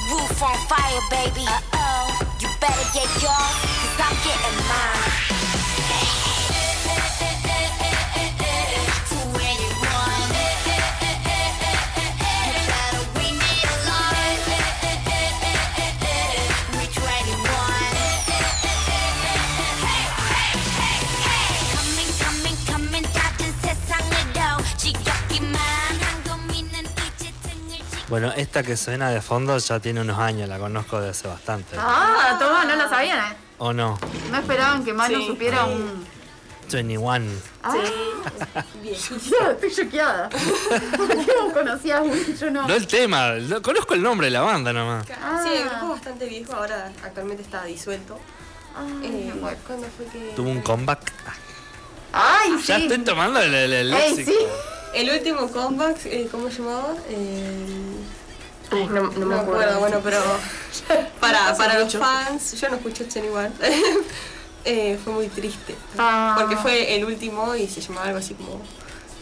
on fire, baby. Uh-oh. You better get yours, cause I'm getting mine. To anyone. No matter we need a line. We're 21. Coming, coming, coming, 답은 세상으로. 지겹기만 한 고민은 이제 등을 지- Bueno, esta que suena de fondo ya tiene unos años, la conozco de hace bastante. Ah, toma, no lo sabían, eh. ¿O no? No esperaban que Manu Sí. supiera un. 21. Ah, Bien. choqueada, estoy choqueada. ¿Qué vos conocías, Willy? Yo no. No el tema, lo- conozco el nombre de la banda nomás. Ah. Sí, el grupo es bastante viejo, ahora actualmente está disuelto. Ay, Eh, me muero. ¿Cuándo fue que.? Tuvo un comeback. Ah, Ay, Ya sí. estoy tomando el, el- el Ey, léxico. sí. El último comeback, eh, ¿cómo se llamaba? El- Ay, Uh, no, no me acuerdo. bueno, pero para, para los fans, yo no escuché Chen igual. Eh, fue muy triste. Ah. Porque fue el último y se llamaba algo así como,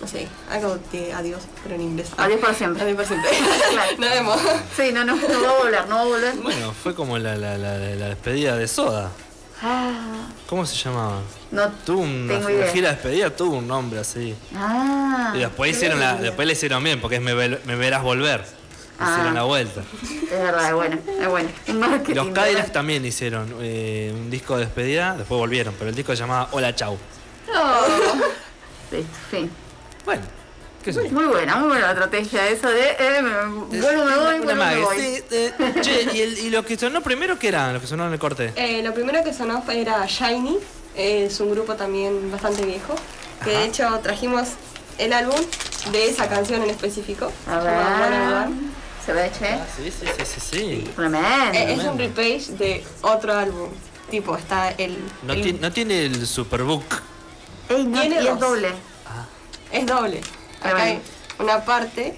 no sé, algo de adiós, pero en inglés. Adiós por siempre. Adiós por siempre. Claro. Nos vemos. Sí, no, no, no va a volver, no va a volver. Bueno, fue como la, la- la- la- la despedida de Soda. Ah, ¿Cómo se llamaba? no. Tuvo una, Tengo una idea. gira de despedida, tuvo un nombre así. Ah, Y después hicieron la, después le hicieron bien, porque es me, Vel- Me verás volver. Ah. Hicieron la vuelta. es verdad, es bueno, es bueno. Un Y marketing, los ¿verdad? Cadillacs también hicieron eh, un disco de despedida, después volvieron, pero el disco se llamaba Hola Chau. Oh. Listo, fin. Bueno, qué sé yo. Muy buena, muy buena la estrategia esa de eh, me, vuelvo, me voy, Una vuelvo, me mague. voy. Sí, eh, che, ¿y, el- y lo que sonó primero qué eran? Lo que sonó en el corte. Eh, lo primero que sonó fue- era Shiny, eh, es un grupo también bastante viejo, que de hecho trajimos el álbum de esa canción en específico. A se llama Wanna ver. Run. Se ve, che. Ah, sí, sí, sí, sí, sí. Tremendo. Eh, es un repage de otro álbum, tipo está el... No, el- ti- no tiene el superbook. Ey, no, y tiene es dos. doble. Es doble. Acá hay una parte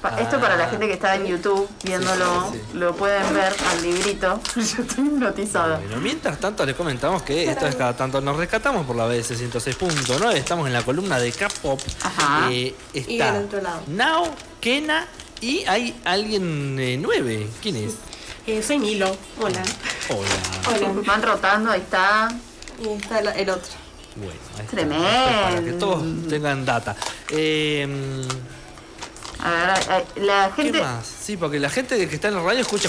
Pa- Esto para la gente que está en YouTube viéndolo, Ah. sí, sí. lo pueden ver al librito. Yo estoy hipnotizada. Bueno, mientras tanto les comentamos que esto es cada tanto nos rescatamos por la BS 106.9, estamos en la columna de K-Pop. Ajá. Eh, está Y del otro lado. Nao, Kena y hay alguien eh, nueve. ¿Quién es? Eh, soy Nilo. Hola. Hola. Hola. Van rotando, ahí está. Y está la- el otro. Bueno, ahí está. Tremendo. Para que todos tengan data. Eh, A ver, ay, ay, la ¿Qué gente. más? Sí, porque la gente que está en la radio escucha.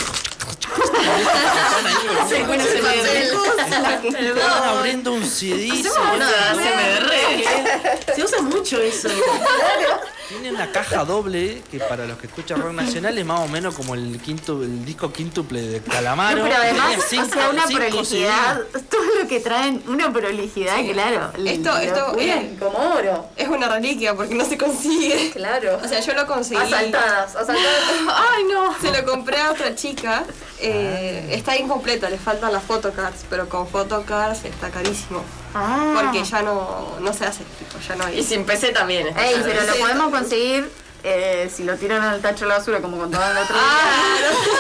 Están abriendo un CD. se- Se usa mucho eso. Tiene una caja doble que para los que escuchan rock nacional es más o menos como el quinto, el disco quíntuple de Calamaro. No, pero además, Tenía o sea, una cinco prolijidad, todo lo que traen, una prolijidad, claro. Esto- Lo esto, cuidan eh, como oro, Es una reliquia porque no se consigue. claro. O sea, yo lo conseguí. asaltadas, asaltadas. Ay, no. Se lo compré a otra chica. Ah. Eh, está incompleto, le faltan las photocards, pero con photocards está carísimo. Ah. Porque ya no, no se hace, tipo, ya no hay. Y sin PC también. Ey, pero lo Sí. podemos conseguir eh, si lo tiran al tacho de la basura, como contaban el otro día.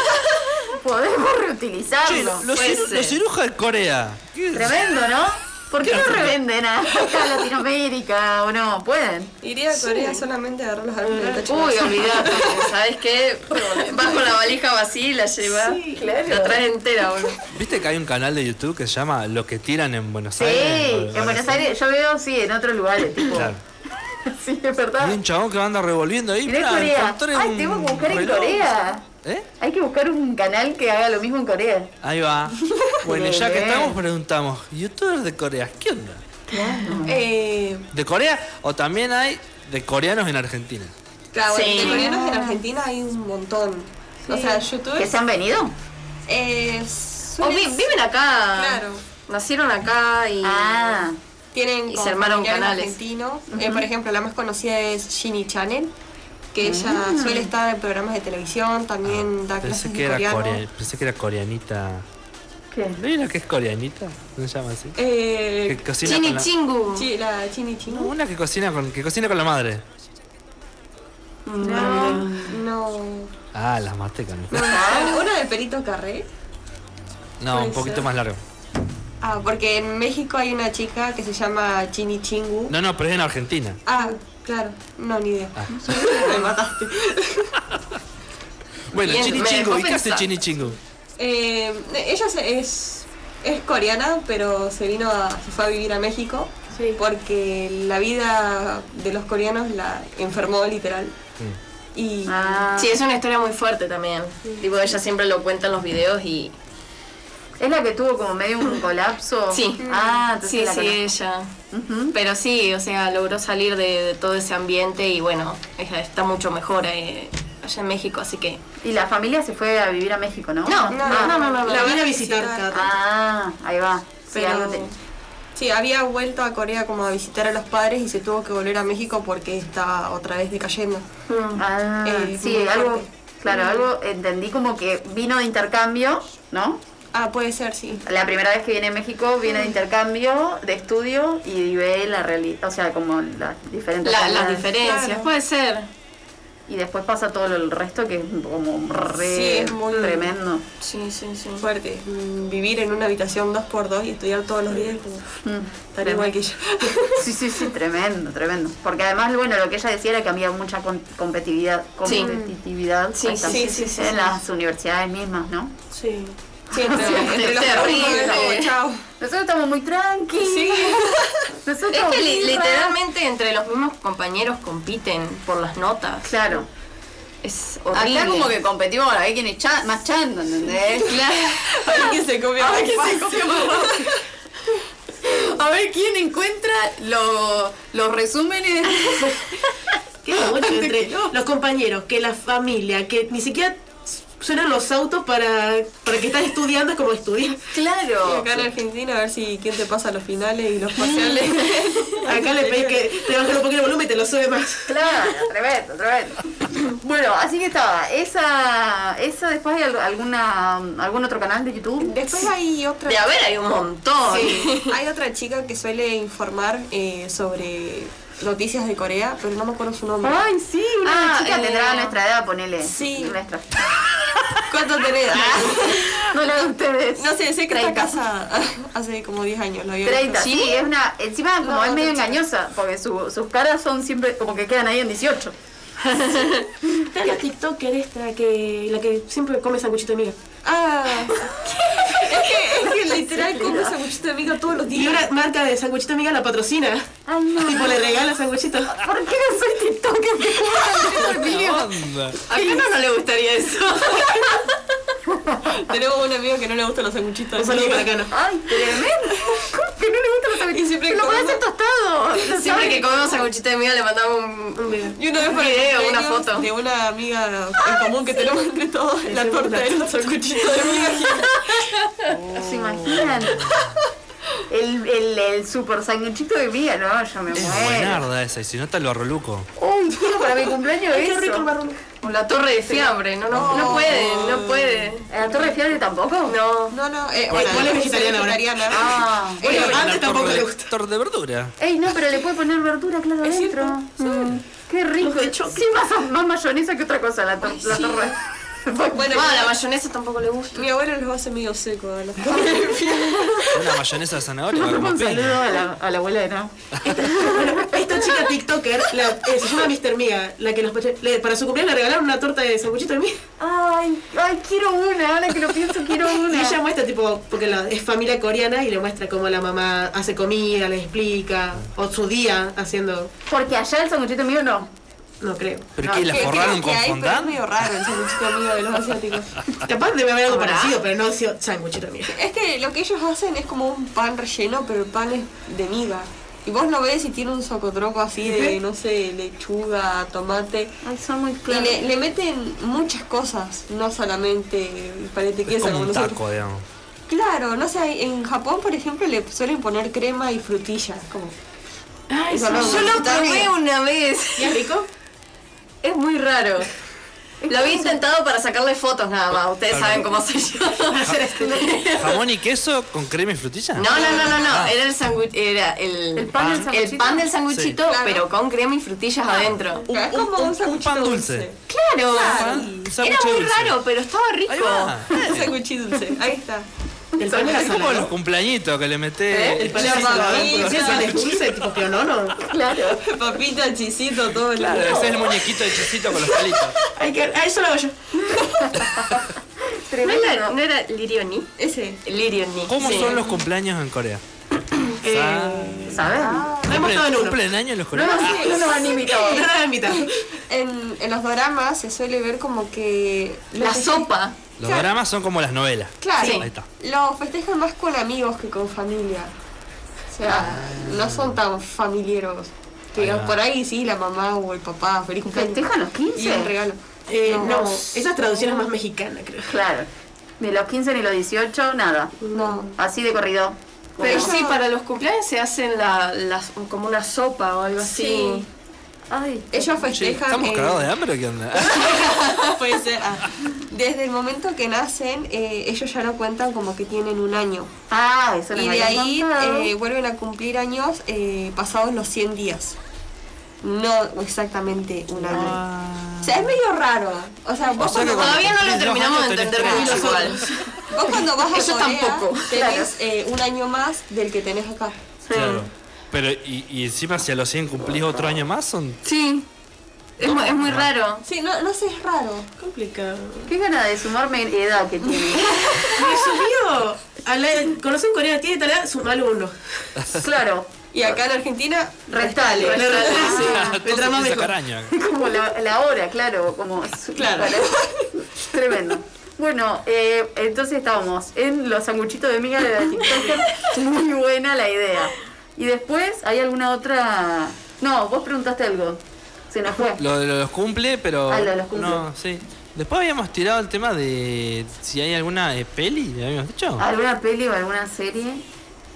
Podemos Che, reutilizarlo. los ciru- los cirujas de Corea. ¿Qué? Tremendo, ¿no? ¿Por qué no revenden a, a Latinoamérica o no? ¿Pueden? Iría a Corea solamente a agarrar los álbumes de Tacho Uy, Mazo. olvidate, ¿sabes qué? Vas con la valija vacía y la llevas. La traes entera, boludo. ¿Viste que hay un canal de YouTube que se llama Lo que tiran en Buenos Sí, Aires? en Buenos Aires, yo veo, sí, en otros lugares, tipo. Claro. Sí, es Y verdad. un chabón que anda revolviendo ahí. Y de mirá, Corea. encontré Ay, un tengo que buscar en reloj. Corea. ¿Eh? Hay que buscar un canal que haga lo mismo en Corea. Ahí va. Bueno, y ya que Bien. estamos, preguntamos, ¿youtubers de Corea qué onda? Eh, ¿De Corea o también hay de coreanos en Argentina? claro, Sí. de coreanos en Argentina hay un montón. O sea, ¿Que youtubers. se han venido? Eh, O suelen- Oh, vi- viven acá. Claro. Nacieron acá y. Ah, tienen Y con se armaron familiares canales. argentinos. Eh, por ejemplo, la más conocida es Shinny Channel, Ah. que ella suele estar en programas de televisión, también da Ah, Pensé clases que, de era coreano. corea- pensé que era coreanita. ¿qué? ¿No hay una que es coreanita? ¿No se llama así? Que Eh, cocina con Chini la- Chingu. chi- la Chini Chini. No, una que cocina con que cocina con la madre. No, no. Ah, las maté Cami. Una de Perito Carré. No, Puede un poquito ser. más largo. Ah, porque en México hay una chica que se llama Chini Chingu. No, no, pero es en Argentina. Ah, claro. No, ni idea. Ah. Me mataste. Bueno, Bien, Chini me Chingo, dejó ¿y qué hace pensando. Chini Chingo? Eh, ella se- es, es coreana, pero se vino a, se fue a vivir a México Sí. porque la vida de los coreanos la enfermó literal. Y Ah, Sí, es una historia muy fuerte también. Tipo, ella siempre lo cuenta en los videos y. ¿Es la que tuvo como medio un colapso? Sí. Ah, entonces Sí, la sí, conozco. ella. Ujú. Pero sí, o sea, logró salir de, de todo ese ambiente y bueno, ella está mucho mejor eh, allá en México, así que. Y la familia se fue a vivir a México, ¿no? No, no, no, no, no. no. La van a visitar cada Ah, ahí va. Sí, Pero algo te- sí, había vuelto a Corea como a visitar a los padres y se tuvo que volver a México porque está otra vez decayendo. Mm. Ah, Eh, sí, muy algo, fuerte. claro, algo entendí como que vino de intercambio, ¿no? Ah, puede ser, sí. La primera vez que viene a México viene de intercambio, de estudio y ve la realidad, o sea, como las diferentes. La- las realidades. diferencias, Claro. puede ser. Y después pasa todo lo- el resto que es como re Sí, es muy- tremendo. Sí, sí, sí. Fuerte. Mm, Vivir en una habitación 2x2 y estudiar todos los días como Mm. estar igual que yo. Sí, sí, sí, tremendo, tremendo. Porque además, bueno, lo que ella decía era que había mucha con- competitividad, Sí. competitividad Sí, ahí está, sí, sí, sí, en sí. las universidades mismas, ¿no? Sí. Sí, entre, entre los terrible. jóvenes, como, chao. Nosotros estamos muy tranquilos. Nosotros Es que li- birra. literalmente entre los mismos compañeros compiten por las notas. Claro. Es horrible. Acá como que competimos a ver quién es cha- más chando, ¿entendés? Ay, que se copia. A ver quién se copia más rápido. A ver quién encuentra lo- los resúmenes. Qué bueno entre los compañeros, que la familia, que ni siquiera suenan los autos para, para que estás estudiando, es como estudiar. Claro. Acá en Argentina a ver si quién te pasa los finales y los parciales. Acá le pedís que te bajen un poquito el volumen y te lo sube más. Claro, tremendo, tremendo. Bueno, así que estaba. Esa, esa después hay al- alguna, algún otro canal de YouTube. Después hay otra De haber hay un montón. Sí, hay otra chica que suele informar eh, sobre noticias de Corea, pero no me acuerdo su nombre. Ay, sí, una Ah, chica eh, tendrá nuestra edad, ponele. sí. Nuestra. ¿Cuánto tenés? Ah, No la de ustedes. no sé, sé que 30. está casada hace como 10 años. La había 30, visto. sí, es una. Encima, como No, es medio no, chica. engañosa, porque su- sus caras son siempre como que quedan ahí en 18. Está la TikToker esta, que, la que siempre come sanguchito de miga. Ah, es que, es que literal como esa muchacha amiga todos los Y días. una marca de sanguchito de miga la patrocina. Ah, Ay, no. Tipo, le regala sanguchito. ¿Por qué no soy TikToker? ¿Qué onda? A mí no, no le gustaría eso. Tenemos un amigo que no le gustan los sanguchitos. Un saludo para Cano. Ay, tremendo. ¿Cómo que no le gustan los Y sanguchitos? siempre Lo puede comemos- hacer tostado. lo Siempre sabe. que comemos sanguchito de miga le mandamos un... Un video. Y una vez Un para el video, una cumpleaños foto. De una amiga en común que tenemos entre todos, la hacemos torta la de los sanguchitos de miga. ¿Se imaginan? El, el, el super sanguchito de mía, no, yo me Es muero. buenarda esa, y si no te lo arroluco. Uy, quiero para mi cumpleaños Qué rico el eso. marrón. O la torre de fiambre. No, no, no puede, no puede. ¿A la torre de fiambre tampoco? No. No, no, eh, Igual es soy vegetariana ahora. vegetariana. Ah. Eh, Bueno, bueno, antes tampoco le gusta. Torre de verdura. Ey, no, pero le puede poner verdura, claro, adentro. Mm, Qué rico. Sí, más, más mayonesa que otra cosa la, to- la torre. bueno, Ah, la mayonesa tampoco le gusta. Mi abuelo los hace medio seco a los Una mayonesa de zanahoria. como Un piña. saludo a la, a la abuela de Nao. Esta chica TikToker, la, eh, se llama Mr. Miga, la que los, le- para su cumpleaños le regalaron una torta de sanguchito de miga. Ay, ay, quiero una, ahora que lo pienso, quiero Y una. ella muestra, tipo, porque la, es familia coreana y le muestra cómo la mamá hace comida, les explica, o su día haciendo, Porque allá el sanguchito mío no. no creo. ¿Pero qué? ¿La Que- forraron que- con que hay, pero Es fondant? medio raro el sanguchito amigo de los asiáticos. Capaz debe haber algo parecido, pero no ha sido sanguchito de miga. Es que lo que ellos hacen es como un pan relleno, pero el pan es de miga. Y vos lo ves y tiene un socotroco así de, no sé, lechuga, tomate. Ay, son muy Y claros. le, le meten muchas cosas, no solamente el palete de Es queso como como un nosotros. taco, digamos. Claro, no sé, en Japón, por ejemplo, le suelen poner crema y frutillas. Como... Ay, Eso no, yo lo está probé bien. una vez. ¿Y es rico? Es muy raro. Lo había intentado para sacarle fotos nada más. Ah, Ustedes saben cómo soy yo. ¿Jamón y queso con crema y frutilla? No, no, no, no, Ah. no. Era el sangu- era el, El pan del el sanguchito. pan del sanguchito, Sí. Claro. pero con crema y frutillas adentro. Un- es como un- un, un sanguchito pan dulce. Claro. Ah, Un pan- un sándwich Era muy dulce. raro, pero estaba rico. Ahí va. Un sanguchito dulce, ahí está. El pan Es como los casolano. cumpleañitos que le metés. ¿Eh? El pan La casolano. mamita. ¿Conocés el pan de dulce tipo pionono? Claro. Papita, chisito, todo el Claro, ese es el muñequito de chisito con los palitos. Hay que, a eso lo hago yo. ¿No Tremendo. era, no era Lirioni? Ese. Lirioni. ¿Cómo sí. son los cumpleaños en Corea? Eh, ¿Sabes? Ah. Ah. no hemos estado en uno. ¿Cumplen años los no, coreanos? Ah, no, sí, no nos han invitado. Nada de mitad. En, en los doramas se suele ver como que... La los- sopa. Los dramas son como las novelas. Claro. Ahí está. Lo festejan más con amigos que con familia. O sea, no son tan familiaros. Que Ahí digan, va. por ahí sí, la mamá o el papá, feliz cumpleaños. ¿Festejan los Y un 15? regalo. Eh, no. No. esa traducción es más mexicana, creo. Claro. Ni los 15 ni los 18, nada. No. Así de corrido. Pero Como- sí, para los cumpleaños se hacen la, las- como una sopa o algo así. Sí. Ay, Ellos Sí, festejan. ¿Estamos eh, cagados de hambre o qué onda? Puede ser. ah. Desde el momento que nacen, eh, ellos ya no cuentan como que tienen un año. ah, eso nos Y de habías ahí contado. eh, vuelven a cumplir años eh, pasados los 100 días. No exactamente un año. Ah. O sea, es medio raro. O sea, vos, sea que cuando, vas- Todavía no lo cumplís dos terminamos de años tenés entender que- mucho igual. vos cuando vas a Ellos Corea, tampoco. tenés eh, un año más del que tenés acá. Claro. Pero, y, y encima, si a los 100 cumplís otro año más, son. Sí. Es, mu- es muy Ah. raro. Sí, no, no sé, es raro. Complicado. Qué ganas de sumarme en edad que tiene. Resumido, a la- conocen Corea, tiene tal edad, sumale uno. claro. Y acá en Argentina, Restale. Le re- sí, me Ah, Entonces trama te mejor. sacar años. Como la, la hora, claro. Como su- Claro. tremendo. Bueno, eh, entonces estábamos en los sanguchitos de miga de la TikToker. Muy buena la idea. Y después, ¿hay alguna otra...? No, vos preguntaste algo. Se nos fue. Lo de los cumple, pero. Ah, lo de los cumple. No, sí. Después habíamos tirado el tema de si hay alguna eh, peli, ¿le habíamos dicho? ¿Alguna peli o alguna serie?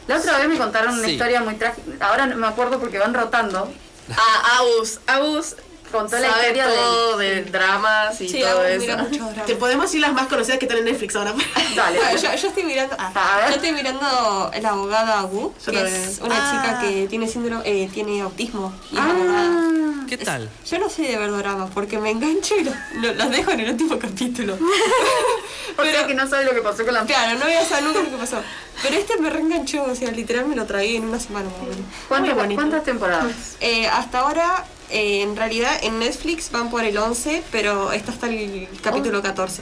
La otra vez me contaron una Sí. historia muy trágica. Ahora no me acuerdo porque van rotando. A Agus, Agus Contó la sabe historia todo de dramas y sí, todo aún eso. mira muchos dramas. Te podemos decir las más conocidas que están en Netflix ahora. pues. de... Dale. Bueno, yo, yo estoy mirando. ah, A ver. yo estoy mirando la abogada Wu, Yo que también. es una Ah. chica que tiene síndrome, eh, tiene autismo y es abogada. Ah, ¿Qué tal? Yo no soy de ver doramas porque me engancho y lo- lo- los dejo en el último capítulo. o sea que no sabe lo que pasó con la... Claro, no voy a saber nunca lo que pasó. Pero este me reenganchó, o sea, literal me lo traí en una semana. más o menos. ¿Cuántas, Muy bonito. ¿Cuántas temporadas? Eh, hasta ahora, eh, en realidad, en Netflix van por el 11, pero está hasta el Oh. capítulo 14.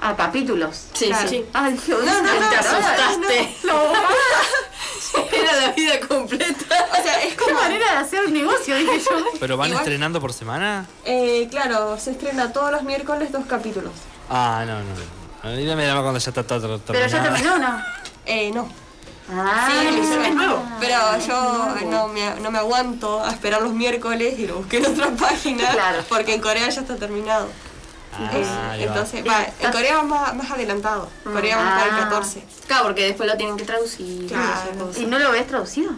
Ah, capítulos. Sí, Claro. sí. Ay, Dios No, no, no, Te no, asustaste. Era la vida completa. O sea, es Qué como... manera de hacer un negocio, dije yo. ¿Pero van Igual- estrenando por semana? Eh, claro, se estrena todos los miércoles dos capítulos. Ah, no, no. no. A mí dame la mano cuando ya está todo todo Pero ya terminado. terminó, ¿no? Eh, no. Ah, es nuevo. Pero yo eh, no me, no me aguanto a esperar los miércoles y lo busqué en otra página. Claro. Porque en Corea ya está terminado. Eh, Ah, ahí va. entonces, va, en Corea va más, más adelantado. Corea va para el 14. Claro, porque después lo tienen que traducir. Claro. esas cosas. ¿Y no lo ves traducido?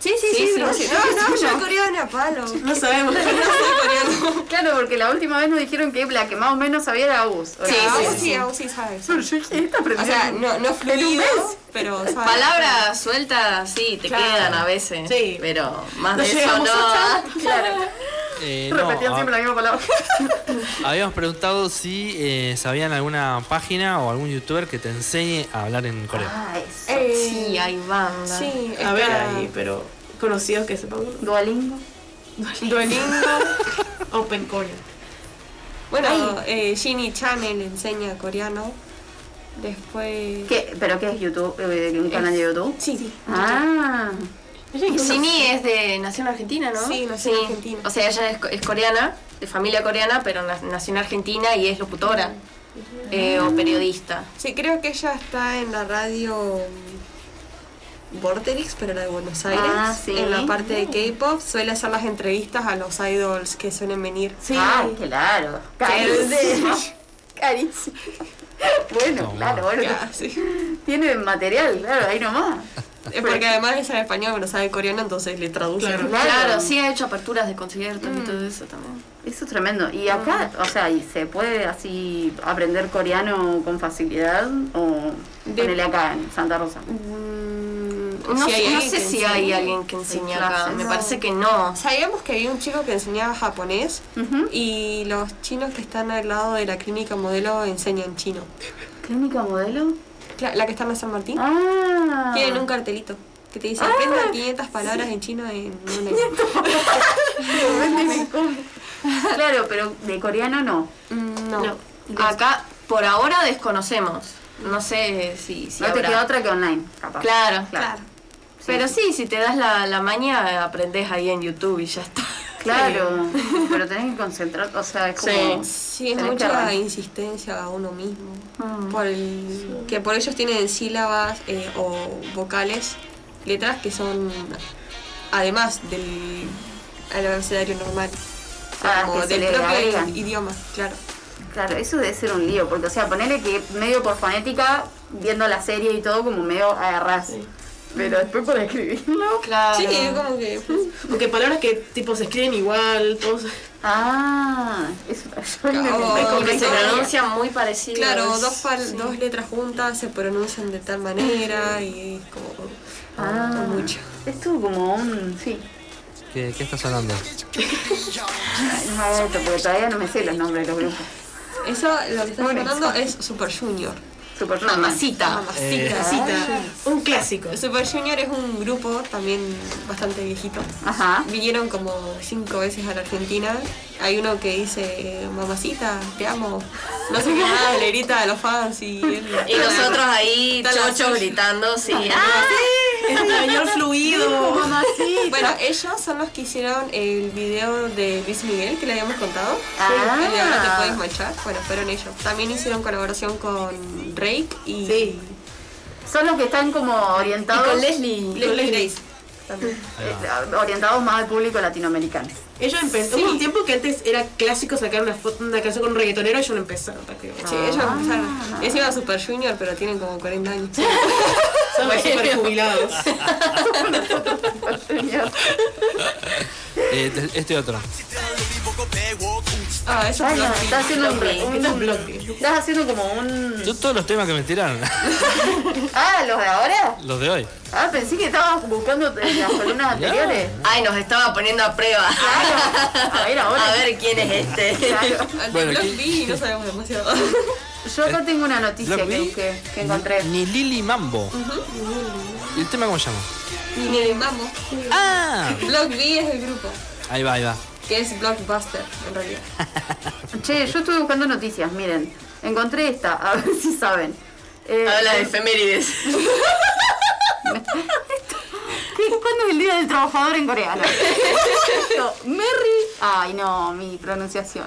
Sí, sí, sí. pero sí. no, no, yo coreana, palo. No No sabemos. soy coreano. Claro, porque la última vez nos dijeron que la que más o menos sabía era Agus. Sí, sí, Agus sí, sí, sí, sabes. Pero yo dije, esta aprendió. O sea, no, no fluido, pero sabes. Palabras sueltas, sí, te Claro. quedan a veces. Sí. Pero más No de eso llegamos a no. Claro. Eh, no, Repetían ah, siempre la misma palabra. Habíamos preguntado si eh, sabían alguna página o algún youtuber que te enseñe a hablar en coreano. Ah, eso. Eh, Sí, hay banda. sí, A ver está ahí, pero conocidos que sepan. Duolingo. Duolingo. Open Korea. Bueno, eh, Ginny Channel enseña coreano. Después. ¿Qué? ¿Pero qué es YouTube? Eh, ¿Un canal de YouTube? Sí, sí. Ah, Sini es de nación argentina, ¿no? Sí, nació en Argentina. O sea, ella es, co- es coreana, de familia coreana, pero na- nació en Argentina y es locutora eh, o periodista. Sí, creo que ella está en la radio mm, Vorterix, pero la de Buenos Aires. Ah, sí. En la parte de K-pop suele hacer las entrevistas a los idols que suelen venir. sí. Ah, claro. Carísimo. Carísimo. Bueno, No, claro, bueno. Ah, sí. Tiene material, claro, ahí nomás. Eh, Porque además es en español, pero sabe coreano, entonces le traduce. Claro. Claro, sí ha hecho aperturas de conciertos y todo eso también. Eso es tremendo. Y acá, o sea, ¿y se puede así aprender coreano con facilidad? O De- ponele acá en Santa Rosa. Mm, No, sí, hay no alguien sé que si enseña. hay alguien que enseña acá, clases, me no. parece que no. Sabíamos que había un chico que enseñaba japonés Ujú. y los chinos que están al lado de la clínica modelo enseñan chino. ¿Clínica modelo? Cla- La que está en San Martín. Ah. Tienen un cartelito que te dice aprenda 500 palabras en chino en un año. Claro, pero de coreano no. Mm, No. No. Acá, por ahora, desconocemos. No sé si, si No te habrá. queda otra que online, capaz. Claro, Claro. Pero sí, si te das la, la maña, aprendés ahí en YouTube y ya está. Claro, pero tenés que concentrarte, o sea, es Sí. como... Sí, es Tenés que mucha arrancar. insistencia a uno mismo. Mm. Por el- que por ellos tienen sílabas eh, o vocales, letras que son además del al abecedario normal. O sea, Ah, como que se del le propio agregan. idioma, claro. Claro, eso debe ser un lío, porque, o sea, ponele que medio por fonética, viendo la serie y todo, como medio agarrás. Pero después por escribirlo... Claro. Sí, como que. mm, Porque palabras que tipo se escriben igual, todos. Ah, eso yo no Claro. me Y que se complicado. pronuncian muy parecidas. Claro, dos, pal- dos letras juntas se pronuncian de tal manera y es como. Ah. mucho. Es todo como un... sí. ¿Qué, qué está sonando? Ay, No me hagas esto, porque todavía no me sé los nombres de los grupos. Eso, lo que estás hablando es Super Junior. Super Mamacita. Eh, Cita, un clásico. Super Junior es un grupo también bastante viejito. Ajá. Vinieron como cinco veces a la Argentina. Hay uno que dice, mamacita, te amo. No sé qué más, le grita a los fans y él... Y nosotros ahí, Está la chocho, suya. gritando, sí. ¡Ah! Español fluido. Bueno, ellos son los que hicieron el video de Luis Miguel que le habíamos contado. Ah. El de ahora te puedes manchar. Bueno, fueron ellos. También hicieron colaboración con Drake y, Sí. Son los que están como y orientados... con Leslie. Con Leslie. Grace. También. Ahí va. eh, orientados más al público latinoamericano. Ellos empezaron. Hubo un tiempo que antes era clásico sacar una, foto, una canción con un reggaetonero, ellos no empezaron. prácticamente. Sí, ellos empezaron. Encima Super Junior, pero tienen como 40 años. Son super jubilados. Eh, te- este otro. Ah, eso Ay, es no, lo estás haciendo un- Estos un- bloques. Estás haciendo como un... Yo todos los temas que me tiraron, Ah, ¿los de ahora? los de hoy. Ah, pensé que estabas buscando eh, las columnas anteriores. Ay, nos estaba poniendo a prueba. Claro. A ver ahora. A ver quién es este. Claro. Al Bueno, bueno, Block aquí- B y no sabemos demasiado. Yo acá tengo una noticia Block que, B. busqué, que encontré. Ni Lili Mambo. ¿Y el tema cómo se llama? Ni el mambo. Ah, Block B es el grupo, ahí va, ahí va. que es Blockbuster en realidad. Che, yo estuve buscando noticias, miren. Encontré esta, a ver si saben. Eh, Habla de efemérides. ¿qué- ¿Cuándo es el Día del Trabajador en coreano? Esto, Merry... Ay, no, mi pronunciación.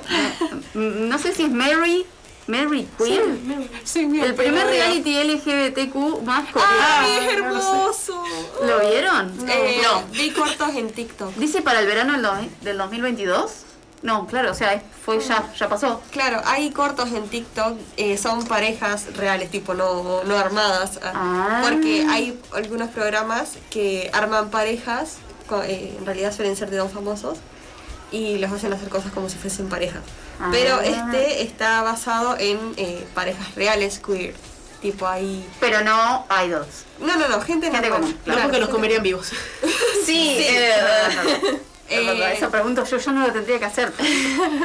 Mm, No sé si es Merry... Merry Queen. Sí, el primer reality LGBTQ más coreano. ¡Ay, es hermoso! ¿Lo vieron? Eh, Vi cortos en TikTok. Dice para el verano del, dos- del 2022. No, claro, o sea, es- fue ya, ya pasó. Claro, hay cortos en TikTok, eh, son parejas reales, tipo no, no armadas. ah, Ah. Porque hay algunos programas que arman parejas, co- eh, en realidad suelen ser de dos famosos, y los hacen hacer cosas como si fuesen parejas. Pero Ah. este está basado en eh, parejas reales queer. Tipo ahí. Pero no hay dos. No, no, no, gente, Gente normal. común, No claro. porque los comerían vivos. Sí, Eh, Eso pregunto yo, yo no lo tendría que hacer.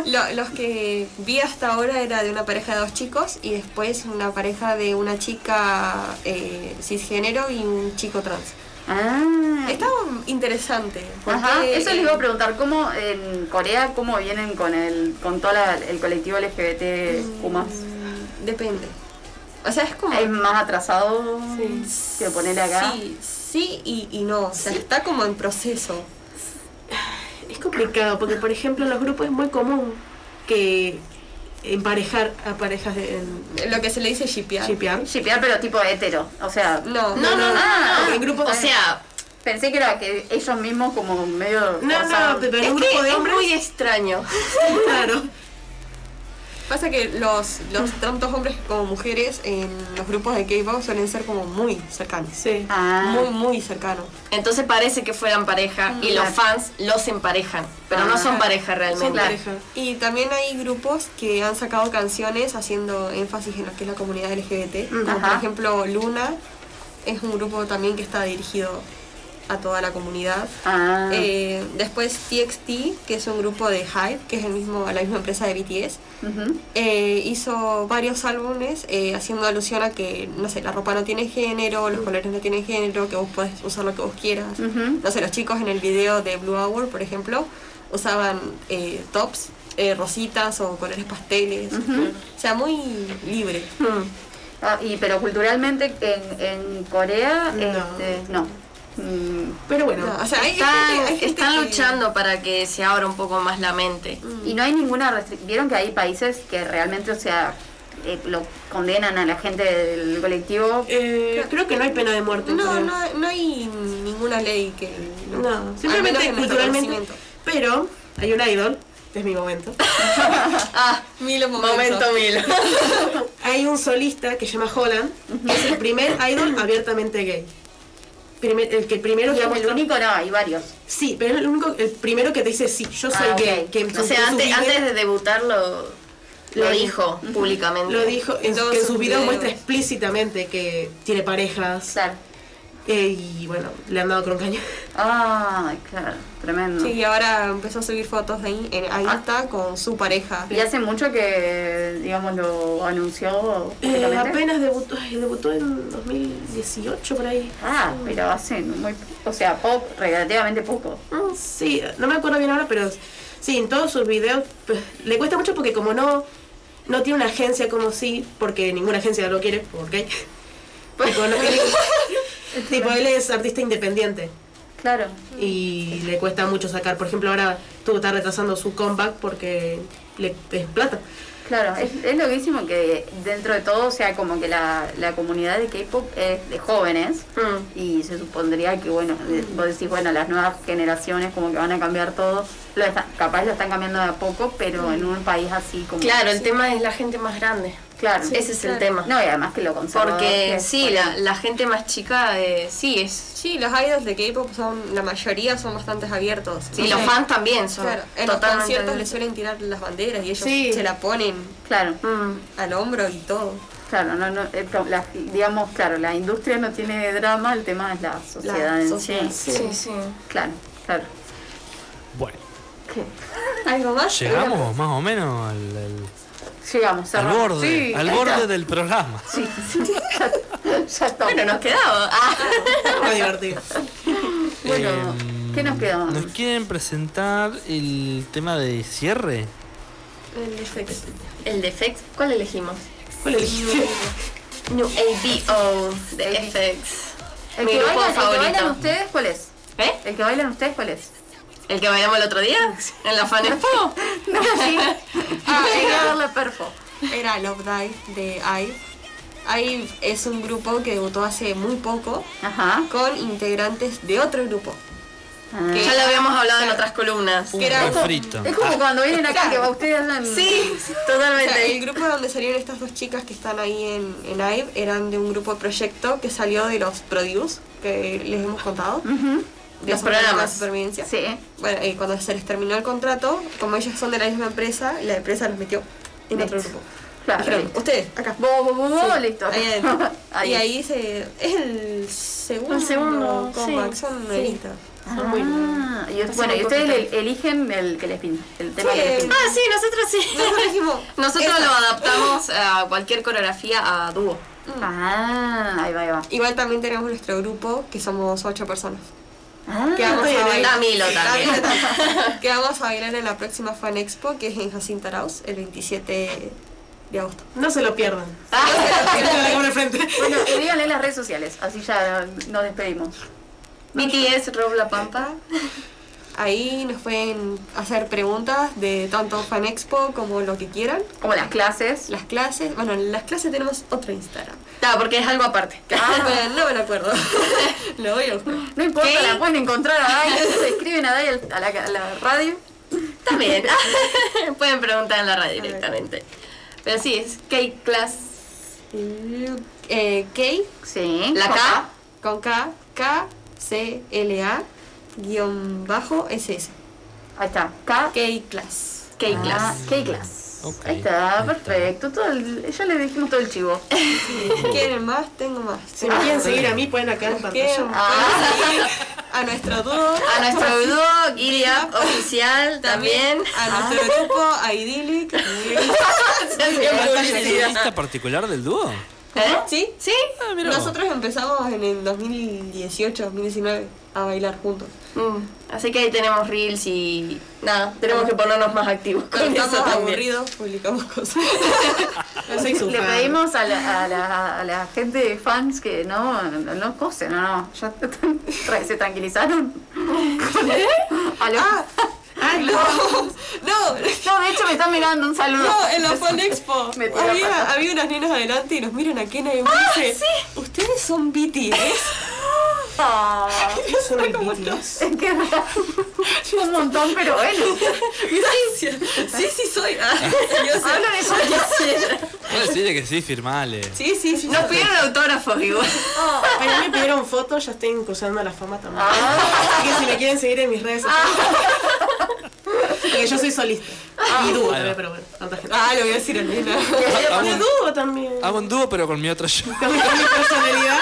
Lo- los que vi hasta ahora era de una pareja de dos chicos y después una pareja de una chica eh, cisgénero y un chico trans. Ah, Estaba interesante. porque, Ajá, eso les iba a eh, preguntar, ¿cómo en Corea, cómo vienen con el con todo la- el colectivo LGBTQ más? eh, Depende. O sea, es como... ¿Es más atrasado que poner acá? Sí, sí y, y no. O sea, está como en proceso. Es complicado porque, por ejemplo, en los grupos es muy común que emparejar a parejas de en Lo que se le dice shipear. shippear. Shipear, pero tipo hetero, o sea... No, No, no, no, Ah, no. en grupo- o sea, Pensé que era que ellos mismos como medio... No, o sea, no, pero es en un que grupo de es hombres, muy extraño. claro. Pasa que los, los tantos hombres como mujeres en los grupos de K-pop suelen ser como muy cercanos. Sí. Ah. Muy, muy cercanos. Entonces parece que fueran pareja y los fans los emparejan, pero no son pareja Son realmente. pareja. Y también hay grupos que han sacado canciones haciendo énfasis en lo que es la comunidad LGBT. Como por Ajá. ejemplo Luna es un grupo también que está dirigido a toda la comunidad. Ah. Eh, después TXT, que es un grupo de Hype, que es el mismo, la misma empresa de BTS, Ujú. eh, hizo varios álbumes eh, haciendo alusión a que, no sé, la ropa no tiene género, los colores no tienen género, que vos podés usar lo que vos quieras. Ujú. No sé, los chicos en el video de Blue Hour, por ejemplo, usaban eh, tops, eh, rositas o colores pasteles. O sea, muy libre. Ah, y pero culturalmente en, en Corea No. este, no. Mm, Pero bueno, No, o sea, hay Están- gente- hay gente están que- luchando para que se abra un poco más la mente. Y no hay ninguna restric- Vieron que hay países que realmente, o sea, eh, lo condenan a la gente del colectivo. eh, creo que no hay pena de muerte. en No, Corea. no, no hay ninguna ley que... No, Al menos simplemente en nuestro culturalmente. conocimiento. Pero hay un idol, es mi momento. Ah, Milo momento. Milo. Hay un solista que se llama Holland, que es el primer idol abiertamente gay. Primer- el que primero que Digamos, el mostró- único no, hay varios. Sí, pero es el único, el primero que te dice sí, yo soy Ah, ok. gay. Que en O su- sea, en sus antes, videos- antes de debutar lo, Lo lo dijo. dijo públicamente. lo dijo, en, todos que en sus sus videos videos. muestra explícitamente que tiene parejas Claro. eh, y bueno, le han dado con un caño. Ah, claro, tremendo. Sí, y ahora empezó a subir fotos de ahí, en- ahí está con su pareja. Y hace mucho que, digamos, lo anunció Eh, públicamente. apenas debutó, ay, debutó en 2018 por ahí. Ah, pero hace muy, o sea, poco, relativamente poco. Mm, Sí, no me acuerdo bien ahora, pero sí, en todos sus videos pues, le cuesta mucho porque como no no tiene una agencia como sí, porque ninguna agencia lo quiere, porque tipo, no- tipo, él es artista independiente Claro. y le cuesta mucho sacar. Por ejemplo, ahora tuvo que estar retrasando su comeback porque le es plata. Claro, es, es loquísimo que dentro de todo, o sea, como que la, la comunidad de K-pop es de jóvenes Mm. y se supondría que, bueno, de- vos decís, bueno, las nuevas generaciones como que van a cambiar todo, lo está- capaz lo están cambiando de a poco, pero en un país así como... Mm. Claro, el tema es la gente más grande. Claro. Ese es el tema. No, y además que lo conservador que Porque es, sí, la, la gente más chica, eh, sí, es. Sí, los idols de K-pop son, la mayoría son bastante abiertos. Sí, No los sé, fans también son. Claro, en los totalmente conciertos les suelen tirar las banderas y ellos Sí. se la ponen Claro, Mm. al hombro y todo. claro, no, no, eh, pro- la- digamos, claro, la industria no tiene drama, el tema es la sociedad en sociedad, sí. Sí, sí. Claro, claro. Bueno, ¿Algo más? llegamos más o menos al, al- Llegamos, al cerramos. borde, Sí, al ahí borde está. del programa. Sí, sí, ya, ya estamos. Bueno, nos quedaba. Ah, Muy divertido. Bueno, Em, ¿qué nos queda? ¿Nos quieren presentar el tema de cierre? el de FX, ¿cuál elegimos? ¿Cuál elegiste? No, ABO de FX. El Mi que, grupo bailan, el que bailan favorito. ustedes, ¿cuál es? ¿Eh? ¿El que bailan ustedes, cuál es? ¿El que bailamos el otro día? ¿En la Fan Expo? No, sí. Ah, llegué a ver la perfo. Era Love Dive de IVE. IVE es un grupo que debutó hace muy poco Ajá. con integrantes de otro grupo. Ah. Que ya lo habíamos hablado en otras columnas. Un era- refrito. Es como cuando vienen acá que ustedes andan. Sí, O sea, el Totalmente. grupo donde salieron estas dos chicas que están ahí en, en IVE eran de un grupo de proyecto que salió de los Produce, que les hemos contado, Ujú. de Los esos programas. de supervivencia. Sí. Bueno, y cuando se les terminó el contrato, como ellos son de la misma empresa, la empresa los metió en otro Listo. grupo. Claro. Dijeron, ustedes, acá. Vos, vos, vos, vos, listo. Ahí adentro. Ahí. Y ahí se. Es el segundo. El segundo, comeback, sí, son sí. nuevitas. Ah, y, bueno, y muy ustedes poquito. le- eligen el que les pinta, el tema que les Sí. pinta. Ah, sí, nosotros sí. Nosotros dijimos, Nosotros esta. lo adaptamos a cualquier coreografía a dúo. Ah, ahí va, ahí va. Igual también tenemos nuestro grupo, que somos ocho personas. Ah, Que vamos a La bailar. Milo también. que vamos a bailar en la próxima Fan Expo, que es en Jacinta Arauz, el 27 de agosto. No se lo pierdan. Ah, Tengo en el frente. bueno, y díganle en las redes sociales, así ya nos despedimos. BTS, Rob La Pampa. Ahí nos pueden hacer preguntas de tanto Fan Expo como lo que quieran. Como las clases. Las clases, bueno, en las clases tenemos otro Instagram. Ah, Ah, porque es algo aparte. Bueno, no me lo acuerdo. lo voy a buscar. No importa, ¿Qué? la pueden encontrar a Dai, se escriben a Dai al- a la, a la radio. También. Pueden preguntar en la radio directamente. Pero sí, es K-Class. Eh, K Sí. La K. con K, K, C, L, A, guión bajo, SS. Ahí está. K. K class. Ah, K-Class. K-Class. Ok, Ahí está, ahí perfecto. Todo el- ya le dijimos todo el chivo. ¿Quieren más? Ah, Tengo más. Si me quieren seguir a mí, pueden acá en ¿Quieren pantalla. más? a nuestro dúo, A nuestro dúo, Gilia, Oh, oficial también. también a nuestro equipo, a Idyllic. lista particular del dúo? ¿Eh? ¿Sí? ¿Sí? Ah, mira vos. Nosotros empezamos en el 2018, 2019 a bailar juntos. Mm, Así que ahí tenemos reels y nada, tenemos que ponernos más activos con Cuando eso estamos también. aburridos, publicamos cosas. Le pedimos a la, a la- a la gente de fans que no, no, no cosen, no, no, ya están- tra- se tranquilizaron. Aló. Ah, Ah, no, No, de hecho me están mirando, un saludo. no, en la Fan Expo Me tiró la había, pata. había unas nenas adelante y nos miran a Kena y me dice, ustedes son BTS. Ah, Nosotros como "Los- es que un montón, pero bueno. Gracias. Sí, sí soy. Ah, yo sé. Hablo de eso. No decirle que sí, firmale. Sí, sí, sí. Nos pidieron autógrafos igual. Pero me pidieron fotos, ya estoy cruzando la fama también. Ah. Así que si me quieren seguir en mis redes sociales. Porque yo soy solista. Ah. Y dúo también, pero bueno, tanta gente. Ah, lo voy a decir a Nena. Ah, Y hago, un, dúo también. hago un dúo pero con mi otro yo. Con mi, con mi personalidad,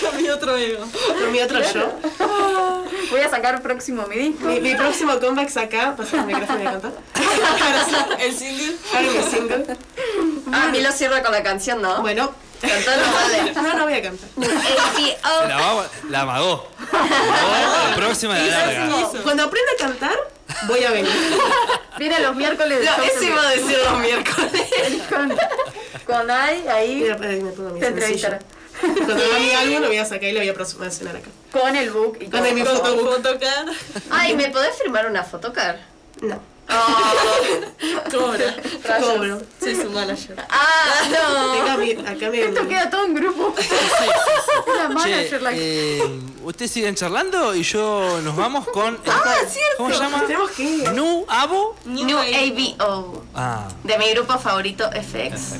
Con mi otro ego. con mi otro yo. Voy a sacar próximo mi disco. Mi, mi próximo comeback es acá. Pasa el micrófono y cantar. Ahora sí, El single. ahora mi single. Ah, Milo cierra con la canción, ¿no? Bueno, Cantalo, vale. no, no voy a cantar. Oh. ATO. La, va- la amagó. La amagó, La próxima de Ah. larga. Cuando aprenda a cantar, voy a venir. Viene los miércoles. de No, shows eso en iba a decir los miércoles. vivo. Con, con Dai, ahí Mira, ahí me pongo mi te sencillo. entrevistarán. Cuando haga mi álbum, lo voy a sacar y lo voy a promocionar acá. Con el book y Con con el mi fotobook. Fotocar. Ay, ¿me podés firmar una fotocar? No, Oh. Cobra. cobro. Soy su manager. Ah, no. Tengo mi, acá mi. Esto queda todo en grupo. La Che, manager, la eh, ustedes siguen charlando y yo nos vamos con. ¿Cómo se llama? Tenemos que ir. Nu Abo. New ABO. Ah, De mi grupo favorito, FX.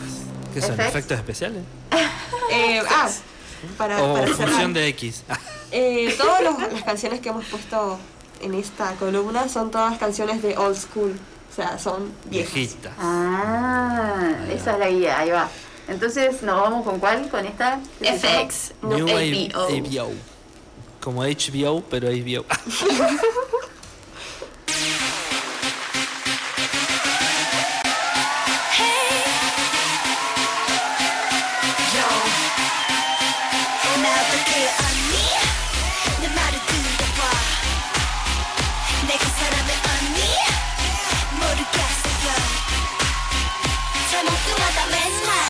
¿qué son? Effects. ¿Efectos especiales? Eh, ah, para, O para cerrar. función Oh, de X. Ah, Eh, todas los- las canciones que hemos puesto en esta columna son todas canciones de old school. O sea, son viejas. Viejita. Ah, esa es la guía, ahí va. Entonces, ¿nos vamos con cuál? ¿Con esta? ¿Qué se llama? FX, New Wave ABO. Ah. HBO. Como HBO, pero HBO.